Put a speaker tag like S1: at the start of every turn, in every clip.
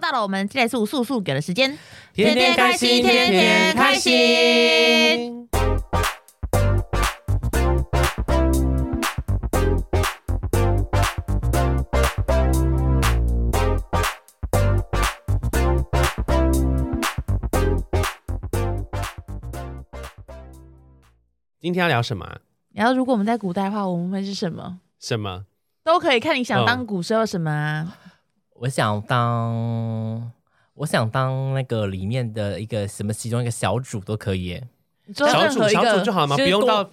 S1: 到了我们这次素素给的时间，
S2: 天天开心，天天开心。今天要聊什么啊？
S1: 然后如果我们在古代的话，我们会是什么？
S2: 什么？
S1: 都可以看你想当
S2: 嗯
S1: 古时候什么啊？
S3: 我想当，我想当那个里面的一个什么其中一个小主都可以耶，
S1: 你说
S2: 小
S1: 任
S2: 主
S1: 何一
S2: 小主就
S1: 个
S2: 好吗？不
S3: 就是
S2: 用
S3: 公
S2: 到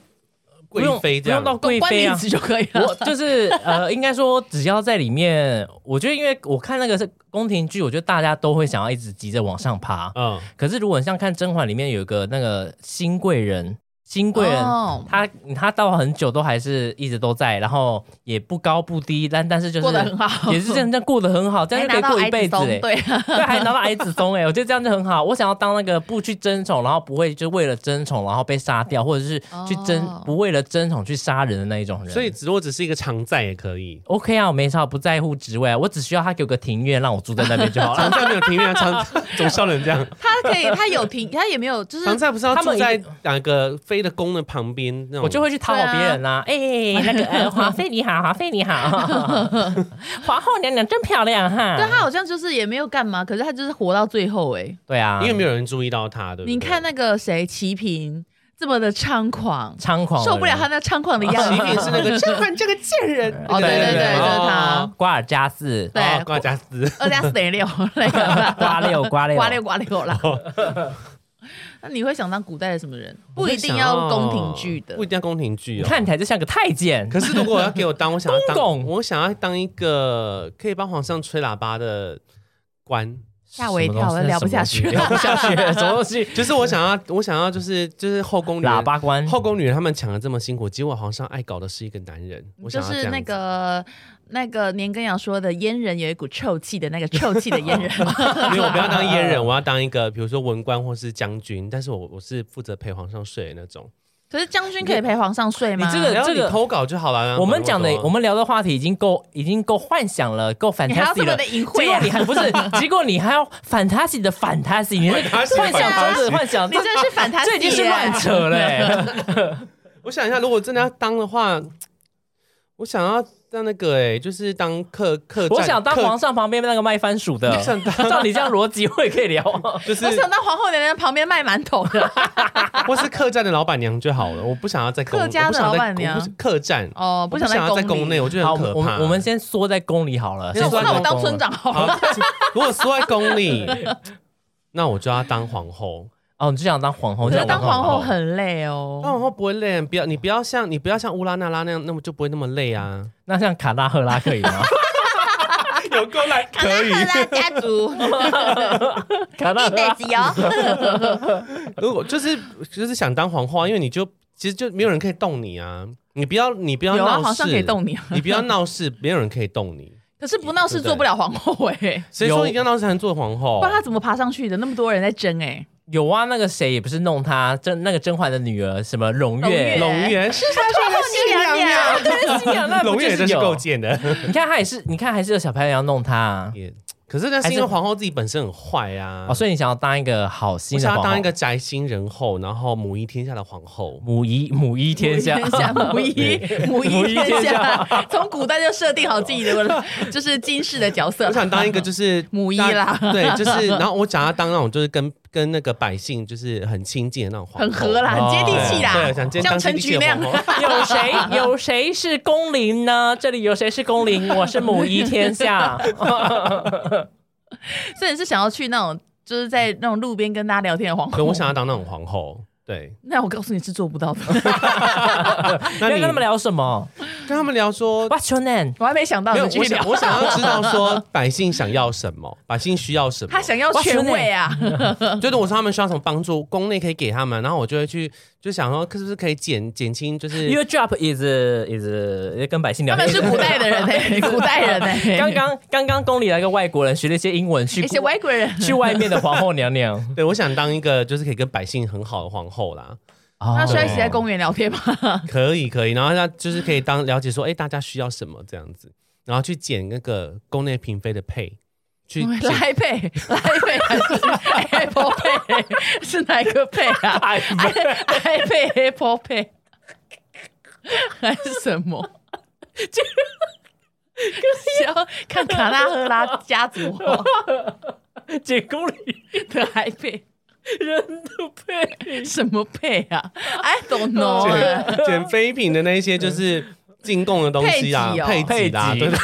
S2: 贵
S3: 不用
S2: 妃这样
S3: 不用到贵
S1: 关
S3: 妃
S1: 名
S3: 啊。
S1: 词就可以
S3: 我
S1: 了。
S3: 就是呃，应该说只要在里面，我觉得因为我看那个是宫廷剧，我觉得大家都会想要一直急着往上爬。
S2: 嗯，
S3: 可是如果你像看《甄嬛》里面有一个那个新贵人，新贵人、
S1: 哦
S3: 他他到很久都还是一直都在，然后也不高不低，但但是就是
S1: 过得很好
S3: 也是真的过得很好，这
S1: 还
S3: 样就可
S1: 拿到
S3: 以过
S1: 矮
S3: 一辈
S1: 子
S3: 子、欸
S1: 松，。对啊，
S3: 对，还拿到矮子松哎、我觉得这样就很好。我想要当那个不去争宠，然后不会就为了争宠然后被杀掉，或者是去争、
S1: 哦
S3: 不为了争宠去杀人的那一种人。
S2: 所以如果只是一个常在也可以。
S3: OK 啊，我没啥，不在乎职位啊，我只需要他给我个庭院让我住在那边就 好
S2: 常
S3: 了。
S2: 在没有庭院啊，常 总笑人这样。
S1: 他 可以，他有评，他也没有，就是
S2: 常在不是要
S3: 他
S2: 住
S3: 们一
S2: 在
S3: 定
S2: 哪个妃的宫的旁边那种？
S3: 我就会去讨好别人啦、哎、
S1: 啊
S3: 那个 呃，华妃你好，华妃你好，皇后娘娘真漂亮哈。
S1: 对他好像就是也没有干嘛，可是他就是活到最后哎、
S3: 对啊，
S2: 因为没有人注意到他，对不对？
S1: 你看那个谁，齐平这么的猖狂，
S3: 猖狂的人
S1: 受不了他那猖狂的样子。
S2: 齐平 是那 个
S1: 甄嬛这个贱人。 哦，对对对，就
S2: 对
S1: 是
S2: 哦
S1: 他。哎
S3: 瓜尔佳氏，
S1: 对
S2: 哦瓜加斯，
S1: 二加四等于六，那个
S3: 瓜六 瓜六
S1: 瓜六瓜六啦。 那你会想当古代的什么人？ 不
S2: 我
S1: 一
S2: 会
S1: 定
S2: 想
S1: 要宫廷剧的
S2: 不一定要宫廷剧
S3: 你
S2: 哦。
S3: 看起来就像个太监。
S2: 可是如果要给我当，我想要
S3: 公
S2: 当，
S3: 公
S2: 我想要当一个可以帮皇上吹喇叭的官，
S1: 吓我一跳，我聊不下 去
S3: 聊
S1: 了。
S3: 不下去了，什么东西？
S2: 就是我想要，我想要就是就是后宫女人
S3: 喇叭官，
S2: 后宫女人她们抢的这么辛苦，结果皇上爱搞的是一个男人，我
S1: 就
S2: 想要这
S1: 是
S2: 样
S1: 那
S2: 子
S1: 个那个年羹尧说的阉人有一股臭气的那个臭气的阉人，
S2: 没有，我不要当阉人，我要当一个比如说文官或是将军，但是我我是负责陪皇上睡的那种。
S1: 可是将军可以陪皇上睡吗？
S3: 你这个
S2: 然后你
S3: 这个
S2: 偷稿啊就好了。
S3: 我们讲的
S2: 管那么，多
S3: 我们聊的话题已经够，已经够幻想了，够
S1: 你还要
S3: fantasy
S1: 这么
S3: 了
S1: 的。隐
S3: 结
S1: 晦
S3: 果
S1: 啊！
S3: 你 还不是，结果你还要 fantasy 的 fantasy，你是
S2: Fantasy
S3: 幻想中的
S2: fantasy
S3: 幻 想，
S1: 你真的是反弹，
S3: 这已经是乱扯了 欸。
S2: 我想一下，如果真的要当的话，我想要当那个哎、就是当客客栈，
S3: 我想当
S2: 客
S3: 皇，上旁边那个卖番薯的，照你这样逻辑，我也可 以聊。
S2: 就 是
S1: 我想到皇后娘娘旁边卖馒头的
S2: 或是客栈的老板娘就好了。我不想要在宫
S1: 客家的
S2: 我不想
S1: 老
S2: 要在
S1: 板娘
S2: 我不是客栈，
S1: 哦，
S2: 我不
S1: 想
S2: 想要在
S1: 宫
S2: 宫内，我觉得
S3: 好，
S2: 很可
S3: 我
S2: 怕。
S3: 们我们先缩在宫里好了。
S2: 那
S3: 先
S1: 那
S3: 缩
S1: 我
S3: 在
S1: 那我当
S3: 宫
S1: 村
S3: 了
S1: 长好
S2: 好
S1: 了。，
S2: 如果缩在宫里， 那我就要当皇后。
S3: 哦，你就想当皇后？
S1: 我
S3: 你
S1: 觉
S3: 就
S1: 得
S3: 想
S1: 当皇后
S3: 后
S1: 很累
S2: 当
S1: 哦。
S2: 皇后不会累，不要你不要像你不要像乌拉那拉那样，那么就不会那么累啊。
S3: 那像卡纳赫拉可 以吗？
S2: 有够来可以。
S1: 拉家族，
S3: 卡纳赫拉
S1: 子哦。
S2: 如果就是就是想当皇后啊，因为你就其实就没有人可以动你啊，你不要你不要
S1: 有啊，
S2: 闹
S1: 皇
S2: 事，
S1: 上可以动你啊，
S2: 你不要闹事，没有人可以动你。
S1: 可是不闹事做不了皇后哎，
S2: 谁
S3: 有
S2: 说一定要闹事才能做皇后
S1: 不？然她怎么爬上去的？那么多人在争哎，
S3: 有啊，那个谁也不是弄他，甄那个甄嬛的女儿什么胧月，
S1: 胧
S2: 龙源是
S1: 她说的是娘娘，
S3: 对，新娘那不
S2: 龙
S3: 就
S2: 源真是
S3: 有
S2: 够贱的。
S3: 你看他也是，你看还是有小朋友要弄他啊、
S2: 也可是那是因为皇后自己本身很坏啊
S3: 哦，。所以你想要当一个好心
S2: 我
S3: 的皇
S2: 想
S3: 后，
S2: 要当一个宅心仁厚，然后母仪天下的皇后。
S3: 母仪母仪天下，
S1: 母仪母 仪
S3: 母仪
S1: 天
S3: 天
S1: 下，从古代就设定好自己的就是今世的角色。
S2: 我想当一 个就是
S1: 母仪啦
S2: 大 对， 就是然后我想要当那种就是跟跟那个百姓就是很亲近的那种皇后，哦
S1: 很和啦，很接地气啦，
S2: 对，对想今天
S1: 像
S2: 当
S1: 陈
S2: 地
S1: 菊
S2: 界
S1: 那
S2: 的
S1: 样
S2: 皇。 后。
S3: 有谁有谁是宫龄呢？这里有谁是宫龄？我是母仪天 下，
S1: 所以你是想要去那种就是在那种路边跟大家聊天的皇
S2: 可
S1: 后？
S2: 我想要当那种皇后。 对，
S1: 那我告诉你是做不到的，
S2: 那
S3: 你要
S2: 你
S3: 跟他们聊什么
S2: 跟他们 聊说，
S3: ？What's your name？
S1: 我还没想到
S2: 没有，
S1: 你去
S2: 我
S1: 聊
S2: 想。我想要知道说百姓想要什么，百姓需要什么。
S1: 他想要权位啊，
S2: 就是我说他们需要什么帮助，宫内可以给他们，然后我就会去就想说，是不是可以减减轻，就是
S3: Your job is is 跟百姓聊
S1: 他
S3: 天。
S1: 们是古代的人 哎，古代人哎，
S3: 刚刚刚刚宫里来个外国人学了一些英文去
S1: 一些外国人。
S3: 去外面的皇后娘娘。
S2: 对我想当一个就是可以跟百姓很好的皇后啦，
S1: 那
S3: 那
S1: 需要一起 在公园聊天吗？
S2: 可以可以，然后他就是可以当了解说，哎、大家需要什么这样子，然后去减那个宫内嫔妃的配， 去
S1: 来配来配还是 Apple Pay 是哪一个配 啊
S3: 哎
S1: ？iPad Apple Pay 还是什么？就是要看卡拉赫拉家族化
S3: 解公里
S1: 的 iPad
S3: 人的配，
S1: 什么配啊？I don't know 啊。
S2: 减减肥品的那一些就是进贡的东西啊
S1: 配给，哦
S2: 配给的啊，
S3: 配给
S2: 对对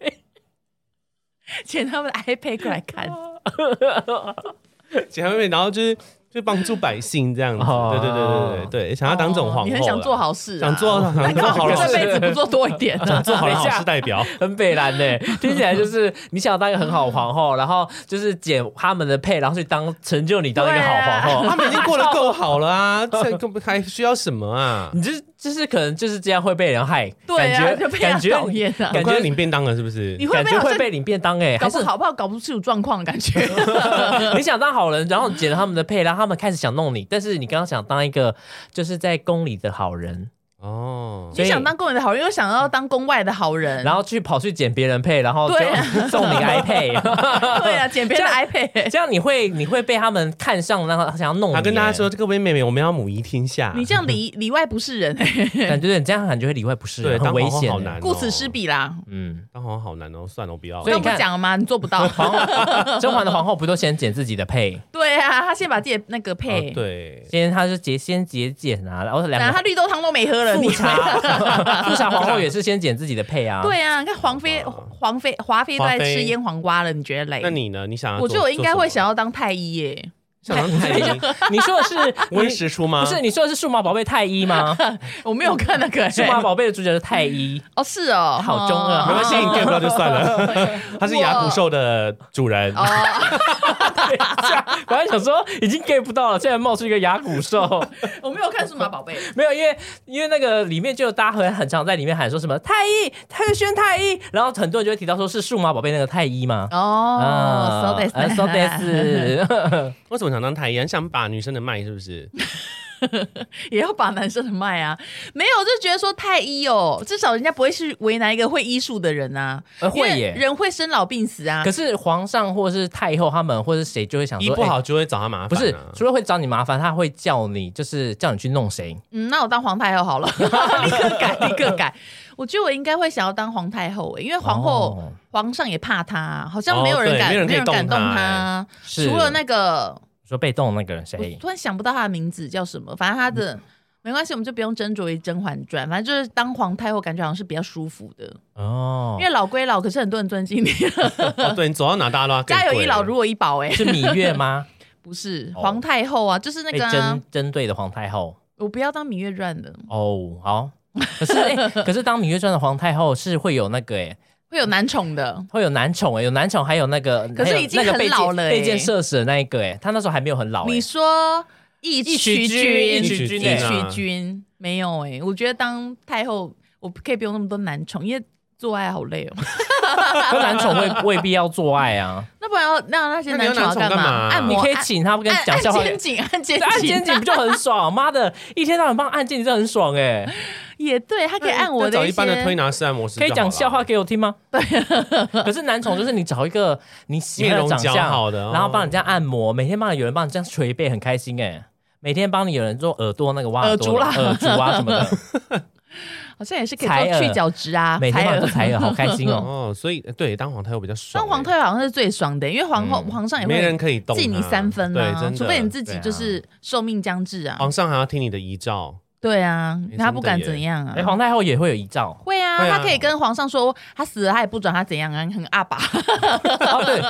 S2: 对
S1: 请他们的 iPad 过来看，
S2: 减肥品，然后就是就帮助百姓这样子，
S3: 哦
S2: 对对对对对对，想要当这种皇后
S1: 哦你
S2: 啦，
S1: 很想做好事啊，
S2: 想做想
S1: 那干
S2: 做
S1: 嘛
S2: 好
S1: 这
S2: 事
S1: 辈子不做多一点啊呢？
S2: 做好了
S3: 等一
S2: 好
S3: 下
S2: 事代表，
S3: 很北蓝呢、听起来就是你想当一个很好的皇后，然后就是捡他们的配，然后去当成就你当一个好皇后。
S1: 啊
S2: 他们已经过得够好了啊，这个还需要什 么啊？
S3: 你就是就是可能就是这样会被人害，
S1: 对啊，
S3: 感
S1: 就
S3: 觉
S1: 被
S3: 感
S1: 他
S3: 觉
S1: 讨厌啊
S3: 感。
S2: 感觉领便当了是不是
S1: 你？会
S3: 感
S1: 被
S3: 觉
S1: 好
S3: 会
S1: 像
S3: 被领便当哎、
S1: 搞
S3: 还
S1: 不
S3: 是
S1: 好不好搞不清楚状况的感觉。
S3: 你想当好人，然后捡了他们的配，然后他们开始想弄你，但是你刚刚想当一个就是在宫里的好人，
S2: 哦，
S3: 所
S1: 你
S3: 以
S1: 想当工人的好人，又想要当宫外的好人，
S3: 然后去跑去捡别人配，然后就
S1: 对啊
S3: 送你个 iPad，
S1: 对啊，捡别人的 iPad。
S3: 这样你会你会被他们看上，然后他想要弄你、
S2: 他跟大家
S3: 欸
S2: 说，，各位妹妹，我们要母仪天下。
S1: 你这样里里外不是 人、欸，
S3: 感觉你这样感觉会里外不是
S2: 对
S3: 人，很
S2: 当
S3: 危
S2: 皇后
S3: 险、
S2: 好
S3: 欸
S2: 难哦，
S1: 顾此失彼啦。
S3: 嗯，
S2: 当皇后好难哦，算了，我不要了。
S3: 所以
S1: 刚
S3: 你
S1: 不
S3: 看
S1: 讲了吗？你做不到。
S3: 甄嬛的皇后不都先捡自己的配，
S1: 对啊，他先把自己的那个配，
S2: 哦对，
S3: 先她是节先节俭啊，然后两
S1: 然
S3: 个
S1: 后他绿豆汤都没喝了，你
S3: 富察， 富察皇后也是先捡自己的配啊。，
S1: 对啊，你看皇妃、
S2: 好
S3: 哦
S2: 吧
S1: 皇妃、华妃都在
S2: 华妃
S1: 吃腌黄瓜了，你觉得累？
S2: 那你呢？你
S3: 啊
S2: 想要做？
S1: 我觉得我应该会想
S2: 要
S1: 要当太医耶、
S2: 想要太 医
S1: 啊
S3: 你说的是
S2: 温实初吗？
S3: 不是你说的是数码宝贝太 医吗？
S1: 我没有看那个、
S3: 数
S1: 欸，
S3: 码宝贝的主角是太医，
S1: 哦，是哦，
S3: 好中二
S1: 哦
S2: 没关系，你 get 不到就 算了。他是牙骨兽的主人，
S1: 哦，
S3: 本来想说已经 get 不到了，现在冒出一个牙 骨兽，
S1: 我没有看数码宝贝，
S3: 没有，因为因为那个里面就有大家很很常在里面喊说什么太医，太轩太医，然后很多人就会提到说是数码宝贝那个太医嘛。
S1: 哦，so this，
S3: 呃啊 so this，
S2: 为什么想当太医？很想把女生的脉是不是？
S1: 也要把男生的卖啊，没有，我就觉得说太医哦，至少人家不会去为难一个会医术的人啊，
S3: 呃会
S1: 因为
S3: 耶。
S1: 人会生老病死啊
S3: 可，是皇上或是太后他们或是谁就会想
S2: 医
S3: 说，
S2: 不
S3: 哎
S2: 好就会找他麻烦啊。
S3: 不是，除了会找你麻烦，他会叫你，就是叫你去弄谁？
S1: 嗯，那我当皇太后好了，立刻改，立刻改，我觉得我应该会想要当皇太后、欸，因为皇后、
S3: 哦
S1: 皇上也怕她，啊好像没有人
S2: 哦对
S1: 敢，
S2: 没有人可以
S1: 敢动
S2: 动她
S1: 她，啊
S3: 是
S1: 除了那个，
S3: 说被动的那个人
S1: 我
S3: 谁？
S1: 突然想不到她的名字叫什么，反正她的。没关系，我们就不用斟酌于《甄嬛传》，反正就是当皇太后，感觉好像是比较舒服的，
S3: 哦
S1: 因，为老归老，可是很多人尊敬你。
S2: 哦，对你走到哪大家都要跟你
S1: 家有一老，
S2: 跪
S1: 如有一宝、欸，哎，
S3: 是芈月吗？
S1: 不是
S3: 哦哎
S1: 皇太后啊， 就是那
S3: 被
S1: 个、啊
S3: 针、针对的皇太后。
S1: 我不要当《芈月传》的，
S3: 哦，好。可是，哎， 可是当《芈月传》的皇太后是会有那个，哎，
S1: 会有男宠的。
S3: 会有男宠，哎，有男宠，还有那个，
S1: 可是
S3: 还有
S1: 已经
S3: 那个
S1: 很
S3: 被
S1: 老
S3: 箭
S1: 了哎
S3: 被箭射死的那一个，哎，他那时候还没有很老，哎
S1: 你，说义
S3: 义渠君
S1: 君，
S3: 义
S2: 渠君
S1: 义
S2: 啊
S1: 渠君没有哎、我觉得当太后，我可以不用那么多男宠，因为做爱好累哦。
S3: 可男宠未未必要做爱啊，
S1: 那不然要那那些
S2: 那你要
S1: 宠要
S2: 男宠干
S1: 嘛？
S2: 嘛
S1: 按
S3: 你
S1: 摩，
S3: 可以
S1: 按
S3: 请他跟
S1: 按
S3: 讲笑话
S1: 按。肩颈， 按肩
S3: 按肩
S1: 颈，
S3: 颈不就很爽？妈的，一天到晚帮按肩颈，真的很爽 哎、
S1: 也对，他可以按我
S2: 那
S1: 的
S2: 找一般的推
S1: 些。
S2: 拿师按摩师就
S3: 可
S2: 好
S3: 以
S2: 了，
S3: 讲笑话给我听吗？对。 可是男宠就是你找一个你喜
S2: 面
S3: 欢
S2: 容
S3: 的长
S2: 姣
S3: 相，
S2: 好的，哦
S3: 然后帮你这样按摩，每天帮你有人帮你这样捶背，很开心哎、每天帮你有人做耳朵那个挖耳朵的、
S1: 耳烛啦
S3: 耳烛啊什么 的，
S1: 好像也是可以
S3: 采
S1: 做
S3: 耳
S1: 去角质啊，
S3: 每天
S1: 采
S3: 帮
S1: 耳
S3: 你 做采耳，好开心哦。
S2: 哦，所以对当皇太后比较爽，欸
S1: 当皇太后好像是最爽的，因为皇后
S3: 嗯
S1: 皇上也
S2: 没
S1: 会
S2: 人可以动她，啊
S1: 记你三分
S2: 对，哦
S1: 啊
S2: 真，的，
S1: 除非你自己
S3: 对啊
S1: 就是寿命将至啊。
S2: 皇上还要听你的遗照，
S1: 对啊
S2: 诶，
S1: 他不敢
S2: 真的
S1: 怎
S2: 耶
S1: 样
S3: 哎、
S1: 啊。
S3: 皇太后也会有遗照
S1: 会啊，
S2: 会啊
S1: 他可以跟皇上说他死了，他也不准他怎样啊，很阿爸，
S3: 哦，对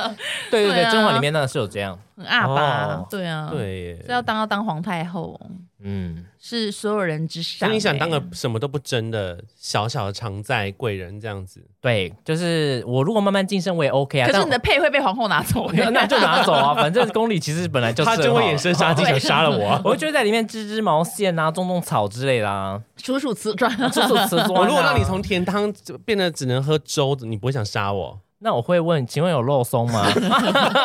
S3: 对对
S1: 对
S3: 对，
S1: 啊
S3: 甄嬛里面那个是有这样，
S1: 很阿爸
S3: 哦，
S1: 对啊，，
S2: 对耶
S1: 所以。要当要当皇太后哦，
S3: 嗯，
S1: 是所有人之
S2: 所
S1: 上欸。
S2: 以你想当个什么都不争的小小的常在贵人这样子，
S3: 对，就是我如果慢慢晋升我也 OK 啊，
S1: 可
S3: 但
S1: 是你的配会被皇后拿 走欸，
S3: 那 那就拿走啊，反正宫里其实本来就哦
S2: 他
S3: 设
S2: 就会
S3: 好
S2: 眼神杀机，想杀了 我。
S3: 我就会在里面织织毛线啊，种种草之类的啊，
S1: 楚 楚辞传。
S3: 这首词
S2: 啊我如果让你从甜汤变得只能喝粥，你不会想杀我？
S3: 那我会问，请问有肉松吗？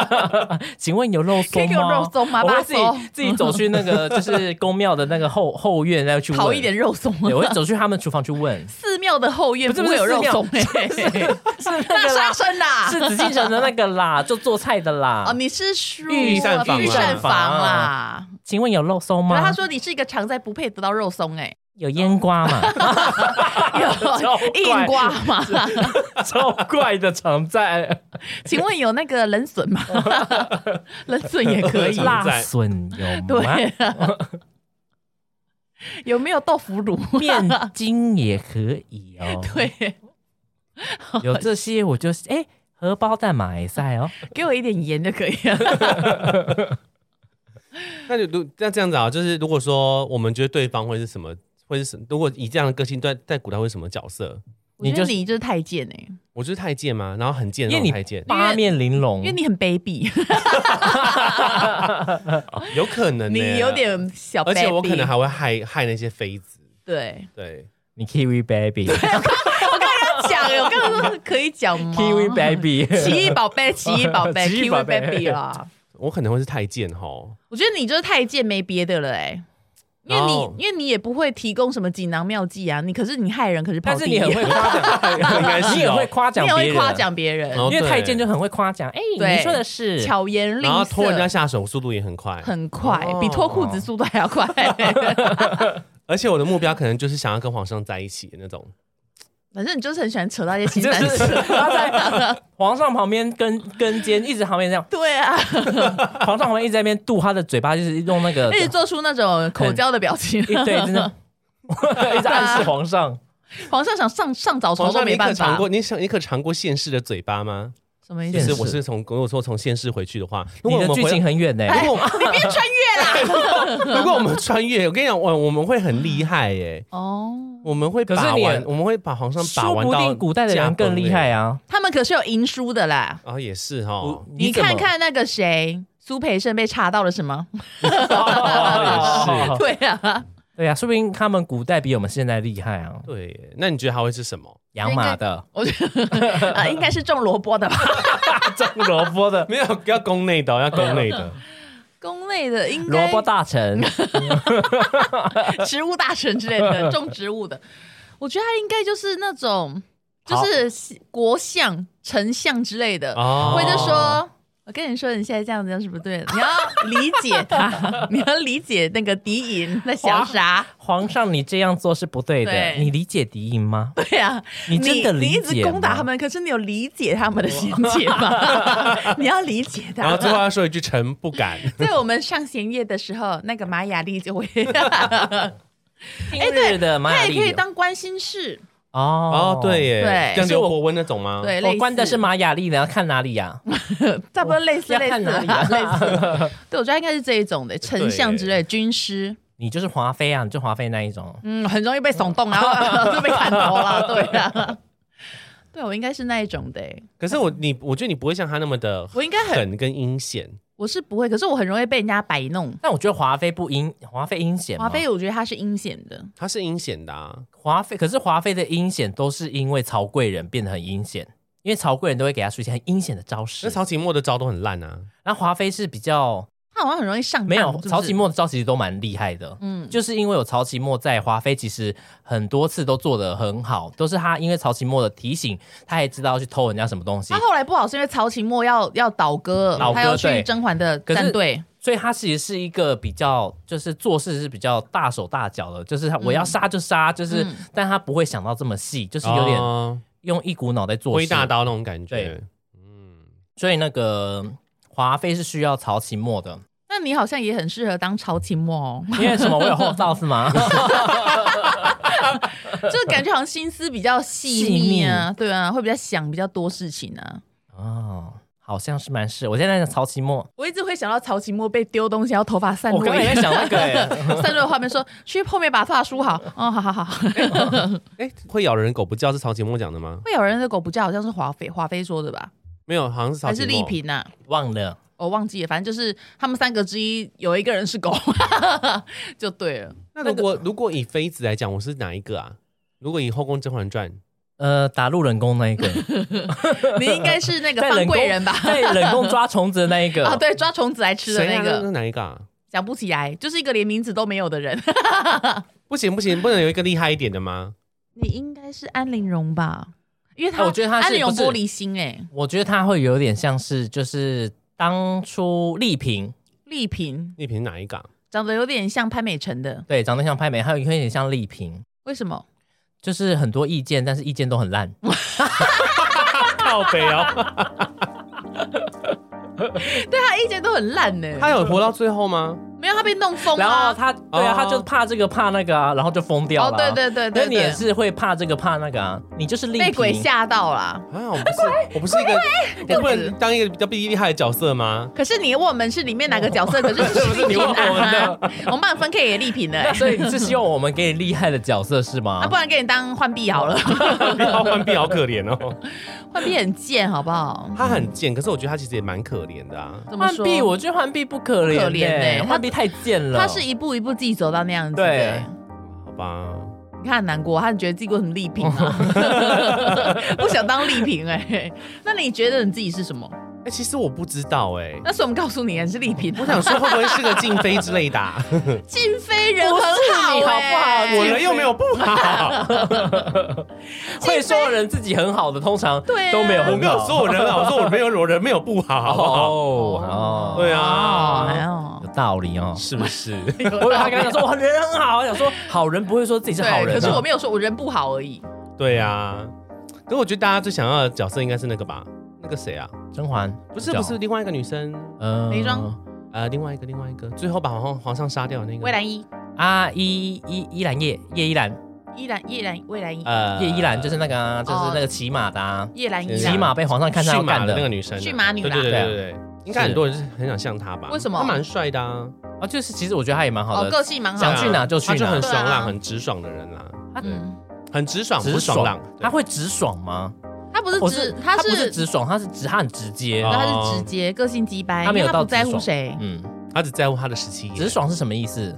S3: 请问有肉
S1: 可
S3: 松
S1: 以给我
S3: 吗？
S1: 肉松吗？
S3: 我
S1: 把
S3: 会自己自己走去 那个就是宫庙的那个后后院，再去问
S1: 讨一点。肉松吗。
S3: 对，我会走去他们厨房去 问
S1: 寺庙的后院
S3: 不是
S1: 会有
S3: 不是
S1: 肉松哎、
S3: 是
S2: 啊
S3: 那
S1: 那
S3: 个啦
S1: 杀，生啦。
S3: 是紫禁城的那个啦，就做菜的
S1: 哦，
S3: 啦。
S1: 你是说
S3: 御
S2: 膳房啊
S1: 御
S2: 啦
S1: 膳房啦？
S3: 请问有肉松
S1: 然
S3: 吗？
S1: 后他说你是一个常在不配得到肉松哎、
S3: 有腌 瓜嘛，超
S1: 有
S3: 怪
S1: 硬瓜嘛？
S3: 超怪的常在，
S1: 请问有那个冷笋吗？冷笋也可以，
S2: 辣
S3: 辣笋有
S1: 对
S3: 吗？
S1: 啊。有没有豆腐乳？
S3: 面筋也可以哦。
S1: 对，
S3: 有这些我就是哎，荷包蛋马来塞哦，
S1: 给我一点盐就可以了。
S2: 那就如那这样子啊，就是如果说我们觉得对方会是什么，会是什如果以这样的个性在在古代会是什么角色？
S1: 我觉
S3: 你就
S1: 得
S3: 是
S1: 你就是太监哎、
S2: 我就是太监嘛，然后很贱的
S3: 因
S2: 那
S3: 为你
S2: 种太监，
S3: 八面玲珑
S1: 因为。你很卑鄙，
S2: 哦有可能、呢。
S1: 你有，点小卑鄙。
S2: 而且我可能还会害害那些妃子，
S1: 对，
S2: 对，
S3: 你 Kiwi Baby，Kiwi
S1: 讲我刚刚说可以讲吗
S3: Baby，
S1: 奇异宝贝，奇异宝贝
S3: 奇异
S1: ，Kiwi
S3: 宝贝
S1: Baby 啦。
S2: 我可能会是太监 吼。
S1: 我觉得你就是太监，没别的了哎、因为
S2: 然
S1: 你
S2: 后
S1: 因为你也不会提供什么锦囊妙计啊，你可是你害人，可是跑
S3: 但
S1: 第
S3: 是
S1: 一，
S3: 你很会夸奖，
S2: 应该是哦
S3: 你也会夸奖
S1: 你也
S3: 别
S1: 会
S3: 人，
S1: 夸奖别人，
S2: 哦
S3: 因为
S2: 对
S3: 太监就很会夸奖。哎，
S1: 对
S3: 你说的是，
S1: 巧言令
S2: 然后
S1: 色，
S2: 拖人家下手速度也很快，
S1: 很快，
S2: 哦
S1: 比脱裤子速度还要快。
S2: 而且我的目标可能就是想要跟皇上在一起的那 种。
S1: 反正你就是很喜欢扯到一些新
S3: 就
S1: 三
S3: 是
S1: 事，
S3: 他在皇上旁边跟跟肩，一直旁边这样，
S1: 对啊，
S3: 皇上旁边一直在那边度他的嘴巴，就是用那个
S1: 一直做出那种口交的表情。
S3: 一对，真的。 一直暗示皇上，
S1: 皇上想上上早
S2: 皇
S1: 朝都
S2: 上，
S1: 没
S2: 你可
S1: 办
S2: 尝
S1: 法
S2: 过，，你想你可尝过现世的嘴巴吗？
S1: 什么意
S2: 就
S3: 现
S1: 思？
S2: 是
S3: 世
S2: 我是从如果说从现世回去的话，啊如果
S3: 你
S2: 我
S3: 的
S2: 们
S3: 剧
S2: 回
S3: 情很远呢。
S2: 如果我们
S1: 你别穿越啦！
S2: 如果我们穿越，我跟你讲，我我们会很厉害耶、
S1: 哦，
S2: 我们会
S3: 可是
S2: 把
S3: 你
S2: 玩，我们会把皇上把
S3: 说
S2: 玩
S3: 不
S2: 到
S3: 定古代的人更厉害
S2: 啊！
S3: 啊！
S1: 他们可是有赢书的啦。
S2: 啊，也是哈
S3: 我，
S1: 你
S3: 怎么
S1: 看看那个谁，苏培盛被查到了什么？
S2: 哦
S1: 对啊，
S3: 对呀，说不定他们古代比我们现在厉害啊！
S2: 对耶，那你觉得他会是什 么？
S3: 养马的、
S1: 我觉得 呃应该是种萝卜的吧。
S3: 种萝卜的、
S2: 没有，要宫内的哦，要宫内 的。
S1: 宫内的应
S3: 萝
S1: 该
S3: 卜大臣，
S1: 植物大神之类 的，种植物的。我觉得他应该就是那种，就是国相、丞相之类的，
S2: 哦
S1: 或者说。我跟你说，你现在这样子是不对 的。你要理解他， 你要理解那个敌营在想啥。
S3: 皇上你这样做是不对的，
S1: 对
S3: 你理解敌 营吗？
S1: 对啊，
S3: 你真的
S1: 你
S3: 理
S1: 一直
S3: 解
S1: 攻打
S3: 吗
S1: 他们，可是你有理解他们的心情 吗？你要理解
S2: 然后
S1: 他。
S2: 最后要说一句“臣不敢
S1: 在我们上弦月的时候，那个玛雅历就会，
S3: 今日的玛雅
S1: 他
S3: 历
S1: 也哎可以当关心事，
S3: 哦”
S2: 哦，对耶，
S1: 对
S2: 像刘伯温那种吗？
S1: 对，类
S3: 我
S1: 似
S3: 嗯哦关的是玛雅历的，要看哪里呀？
S1: 差不多类似
S3: 要
S1: 类
S3: 看
S1: 似啦
S3: 哪里
S1: 类
S3: 啊
S1: 似。对，我觉得应该是这一种的，丞相之类的军师，
S3: 你就是华妃啊，你就华妃那一种。
S1: 嗯，很容易被耸动，然 后就被砍头了，对啊。对，我应该是那一种的，欸
S2: 可是我你，我觉得你不会像他那么的
S1: 我应该很，
S2: 狠跟阴险。
S1: 我是不会，可是我很容易被人家摆弄。
S3: 但我觉得华妃不阴，华妃阴险吗。
S1: 华妃，我觉得她是阴险的，
S2: 他是阴险的啊，
S3: 华妃，可是华妃的阴险都是因为曹贵人变得很阴险，因为曹贵人都会给他出一些很阴险的招式
S2: 那。曹琴墨的招都很烂啊。
S3: 然后华妃是比较
S1: 她好像很容易上当。
S3: 没有
S1: 是不是
S3: 曹启，墨的招，其实都蛮厉害的。
S1: 嗯，
S3: 就是因为有曹启墨在，华妃其实很多次都做得很好，都是他因为曹启墨的提醒，他也知道要去偷人家什么东西
S1: 她，后来不好是因为曹琴墨要要倒戈
S3: 倒，戈
S1: 他要去
S3: 对
S1: 甄嬛的
S3: 可是
S1: 战队，
S3: 所以他其实是一个比较就是做事是比较大手大脚的，就是他我要杀就杀，就是、
S1: 嗯
S3: 但他不会想到这么细，就是有点
S2: 哦
S3: 用一股脑袋做
S2: 挥
S3: 事。
S2: 大刀那种感觉
S3: 对。嗯，所以那个华妃是需要曹启墨的，
S1: 那你好像也很适合当曹琴墨哦，
S3: 因为什么？我有后照是 吗？
S1: 就感觉好像心思比较细腻啊，对啊，会比较想比较多事情啊。
S3: 哦，好像是蛮是。我现在在想曹启墨，
S1: 我一直会想到曹琴墨被丢东西，然后头发散
S3: 我
S1: 落
S3: 刚刚也 在想那 个、欸，
S1: 散落的画面说，去后面把头发梳好。哦，好好好。
S2: 哎、会咬人狗不叫是曹琴墨讲的吗？
S1: 会有人的狗不叫，好像是华妃，华妃说的吧？
S2: 没有，好像是曹
S1: 还
S2: 琴
S1: 是
S2: 墨。
S1: 丽嫔呐？
S3: 忘了。
S1: 我忘记了，反正就是他们三个之一有一个人是狗， 就对了。
S2: 那如果、如果以妃子来讲，我是哪一个啊？如果以《后宫甄嬛传》，
S3: 呃，打入冷宫那一个，
S1: 你应该是那个
S3: 在
S1: 方
S3: 冷宫
S1: 贵人吧？
S3: 在冷宫抓虫子的那 一个。
S1: 啊，对，抓虫子来吃的
S2: 谁
S1: 那
S2: 啊那
S1: 个，
S2: 哪一个啊？
S1: 想不起来，就是一个连名字都没有的人。
S2: 不行不行，不能有一个厉害一点的吗？
S1: 你应该是安陵容吧？因为他，
S3: 啊我觉得他是
S1: 安陵容
S3: 不是
S1: 玻璃心哎、
S3: 我觉得他会有点像是就是当初丽萍，
S1: 丽嫔
S2: 丽萍哪一个啊？
S1: 长得有点像潘美辰的，
S3: 对，长得像拍美，还有有点像丽萍，
S1: 为什么？
S3: 就是很多意见，但是意见都很烂。
S1: 哦
S2: 靠北哦，
S1: 对他意见都很烂呢、
S2: 他有活到最后吗？
S1: 没有他被弄疯
S3: 哦然后
S1: 啊。
S3: 他，对啊，
S2: 哦
S3: 他就怕这个怕那个啊，然后就疯掉
S1: 哦，
S3: 了、
S1: 对。对对
S3: 那
S1: 对
S3: 你也
S1: 对，
S3: 是会怕这个怕那个啊，你就是丽萍。
S1: 被鬼吓到啦。
S2: 啊，我不是，我不是 一个，我不能当一个比较厉害的角色吗？
S1: 可是你问我们是里面哪个角
S3: 哦
S1: 色，可是
S3: 不
S1: 是
S3: 是
S1: 丽
S3: 你
S1: 嫔
S3: 问我们
S1: 啊
S3: 的，
S1: 我们帮你分 K 给丽嫔的、
S3: 那
S1: 欸，
S3: 所以你是希望我们给你厉害的角色是吗？
S1: 啊，不然给你当浣碧 好了，
S2: 不要换币好可怜哦，
S1: 浣碧很贱，好不好？
S2: 他很贱，可是我觉得他其实也蛮可怜的啊。
S1: 怎么
S3: 浣
S1: 说？
S3: 碧，我觉得浣碧不可怜、欸，
S1: 可怜欸
S3: 浣碧太贱了。
S1: 他是一步一步自己走到那样子的、
S3: 对
S2: 好吧，
S1: 你看很难过，他觉得自己过得很丽萍啊，
S3: 哦
S1: 不想当丽萍哎。那你觉得你自己是什么？
S2: 哎，其实我不知道哎，
S1: 那时候我们告诉你，你是丽萍。
S2: 我想说会不会是个禁飞之类的 啊？
S1: 静妃人
S3: 不
S1: 很
S3: 是
S1: 好、
S3: 你好不好
S1: 哎
S2: 我人又没有不 好，
S3: 会说人自己很好的，通常
S1: 对啊
S3: 都没有很好。
S2: 我没有说我人好，我说我没有我人没有不好，好不 好？
S3: 哦
S2: 对
S1: 哦，
S2: 啊，
S1: 哎呦
S3: 有道理哦。
S2: 是不是？
S3: 我以为他刚刚说我人很好，我想说好人不会说自己是好人、
S1: 对，
S3: 啊，
S1: 可是我没有说我人不好而已。
S2: 对啊，可我觉得大家最想要的角色应该是那个吧？那个谁啊？
S3: 甄嬛
S2: 不是不是，，另外一个女生，
S3: 呃
S1: 眉庄
S2: 呃，另外一个另外一个，最后把皇皇上杀掉的那个
S1: 魏，兰依，
S3: 啊依依依兰叶叶依兰
S1: 依然依然魏兰依，
S2: 呃
S3: 叶依兰就是那个啊、就是那个骑马的、啊，
S1: 叶兰依
S2: 是
S1: 兰
S3: 骑马被皇上看上要
S2: 驯
S3: 干
S2: 马
S3: 的
S2: 的那个女生啊，
S1: 驯马女
S2: 对
S1: 啦
S2: 对对
S3: 对啊
S2: 对对，应该很多人是很想像她吧？
S1: 为什么
S2: 她蛮帅的啊，
S3: 啊，就是其实我觉得他也蛮好
S1: 哦，
S3: 的，
S1: 个性蛮好
S3: 想
S1: 的。
S3: 去哪就去
S2: 她啊就
S3: 哪
S2: 很爽
S1: 对
S2: 朗、
S1: 啊
S2: 很直爽的人啦，
S1: 嗯，
S2: 很直爽，不
S3: 直
S2: 是爽朗，
S3: 他会直爽吗？
S1: 他不是
S3: 我
S1: 直，
S3: 他不是
S1: 是
S3: 直爽，他是直，他很直接。
S2: 哦
S1: 他是直接，个性直白，
S3: 他没有
S1: 因为他
S3: 到
S1: 不在
S3: 直
S1: 乎
S3: 爽
S1: 谁，
S3: 嗯，
S2: 对她只在乎她的十七
S3: 直
S2: 爷。
S3: 爽是什么意思？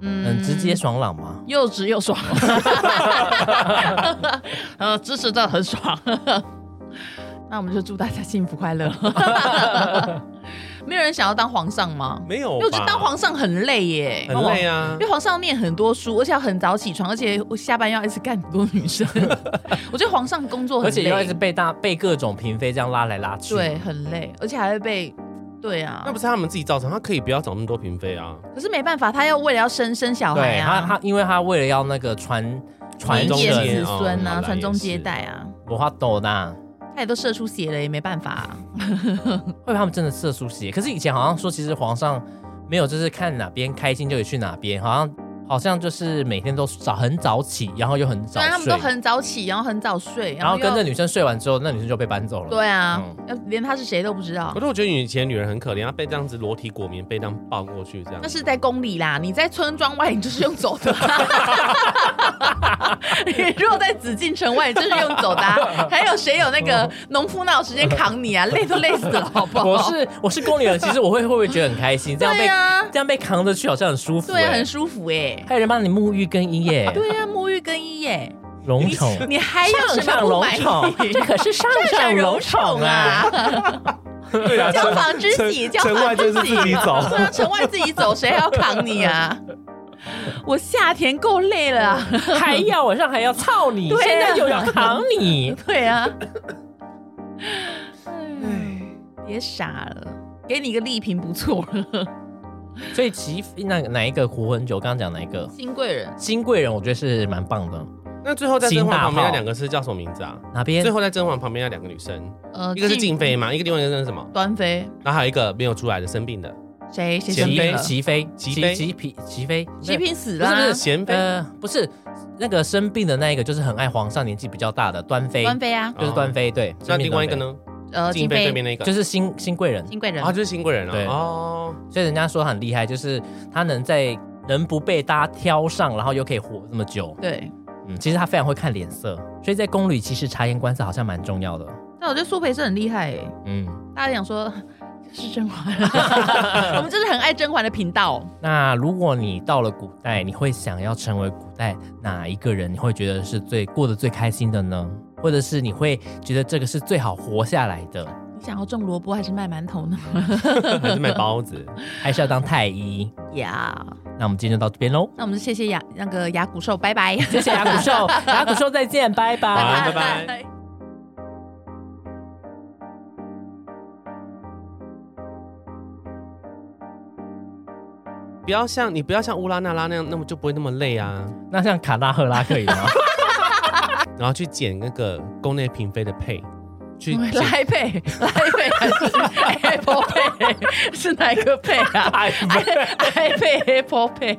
S1: 嗯
S3: 很直接，爽朗吗？
S1: 又直又爽， 呃，支持的很爽。 那我们就祝大家幸福快乐。 没有人想要当皇上吗？
S2: 没
S1: 因
S2: 有
S3: 哦
S1: 为
S2: 吧，
S1: 我觉得当皇上很累耶，哦
S2: 很累啊
S1: 因为。皇上要念很多书，而且要很早起床，而且下班要一直干很多女 生。我觉得皇上工作
S3: 而
S1: 很
S3: 且
S1: 累，
S3: 要一直被大被各种嫔妃这样拉来拉去。
S1: 对，很累，而且还会被对啊
S2: 那。不是他们自己造成，他可以不要找那么多嫔妃啊。
S1: 可是没办法，他要为了要生生小孩
S3: 对他
S1: 啊，
S3: 他，因为他为了要那个传传
S1: 明
S3: 宗
S1: 业
S2: 中
S3: 人
S2: 间
S1: 子孙
S2: 哦好
S1: 啊，
S2: 啦
S1: 传宗
S2: 也是
S1: 接代啊，
S3: 我花豆呢，
S1: 他也都射出血了，也没办法啊、
S3: 会不会他们真的射出血？可是以前好像说，其实皇上没有就是看哪边开心就得去哪边，好像好像就是每天都早很早起，然后又很早
S1: 对啊，他们都
S3: 睡，
S1: 很早起，然后很早睡，
S3: 然后跟
S1: 又
S3: 着女生睡完之后，那女生就被搬走了。
S1: 对啊
S3: 嗯，
S1: 要连他是谁都不知道
S2: 可。是我觉得以前女人很可怜，她啊被这样子裸体裹棉被这样抱过去，这样
S1: 那是在宫里啦，你在村庄外，你就是用走的、啊 你如果在紫禁城外，你就是用走的啊、还有谁有那个农夫哪有时间扛你啊？累都累死了，好不好？
S3: 我是我是宫里人，其实我会会不会觉得很 开心？这样
S1: 对
S3: 被、
S1: 啊，
S3: 这样被扛着去好像很舒服、
S1: 对啊，
S3: 欸
S1: 很舒服哎、
S3: 还有人帮你沐浴更衣耶、
S1: 对 啊，沐浴更衣耶、
S3: 龙宠。
S1: 你还有什么不满 意？
S3: 可是上
S1: 上荣宠啊！！
S2: 对啊
S1: 交房之喜，交房之喜， 对啊，城外自己走，谁还要扛你啊？我夏天够累了啊，
S3: 还要晚上还要操你，
S1: 对啊
S3: 现在又要扛 你，
S1: 对啊，别傻了，给你一个丽嫔不错了，
S3: 所以其那哪一个胡文九刚刚讲哪一个
S1: 新贵人
S3: 新贵人，我觉得是蛮棒的。
S2: 那最后在甄嬛旁
S3: 秦大
S2: 边
S3: 炮
S2: 那两个是叫什么名字啊？
S3: 哪边
S2: 最？后在甄嬛旁边那两个女生，
S1: 呃
S2: 一个是哦静妃嘛，一个另外一个是什么？
S1: 端妃，
S2: 然后还有一个没有出来的生病的
S1: 谁谁
S2: 贤
S1: 生
S3: 齐
S1: 病
S2: 妃
S1: 了？
S3: 齐妃，
S2: 齐
S3: 齐
S2: 妃
S3: 齐嫔齐妃，
S1: 齐嫔死
S3: 不是不
S1: 了
S3: 是，
S2: 贤妃，
S3: 呃，不是那个生病的那一个，就是很爱皇上，年纪比较大的端妃，
S1: 端妃啊，
S3: 就是端妃，对。
S2: 哦那
S3: 生病
S2: 另外一
S3: 端
S2: 个
S3: 妃？
S2: 呢？
S1: 呃，
S2: 静
S1: 静
S2: 妃
S1: 妃
S2: 对面那个，
S3: 就是新新贵人，
S1: 新贵人
S2: 啊，就是新贵人
S3: 对
S2: 啊。哦，
S3: 所以人家说他很厉害，就是他能在能不被大家挑上，然后又可以活这么久。
S1: 对。
S3: 嗯，其实他非常会看脸色，所以在宫里其实察言观色好像蛮重要的。
S1: 但我觉得苏培盛很厉害哎，
S3: 嗯，
S1: 大家想说。 就是甄嬛，啊 我们就是很爱甄嬛的频道。
S3: 那如果你到了古代，你会想要成为古代哪一个人？你会觉得是最过得最开心的呢？或者是你会觉得这个是最好活下来的，
S1: 你想要种萝卜还是卖馒头呢？
S2: 还是卖包子？
S3: 还是要当太 医？
S1: 呀、
S3: 那我们今天就到这边喽，
S1: 那我们就谢谢雅那个雅古兽，拜拜，
S3: 谢谢牙骨 兽，牙骨兽再见，拜
S2: 好拜
S3: 拜。
S2: 拜
S1: 拜
S2: 不要像你不要像乌拉那拉那样，那么就不会那么累啊。
S3: 那像卡纳赫拉可以 吗？
S2: 然后去剪那个宫内嫔妃的配， 去剪
S1: 来配，来配 还
S3: 哎
S1: 是 Apple Pay 是哪一个配啊？i 配 Apple Pay。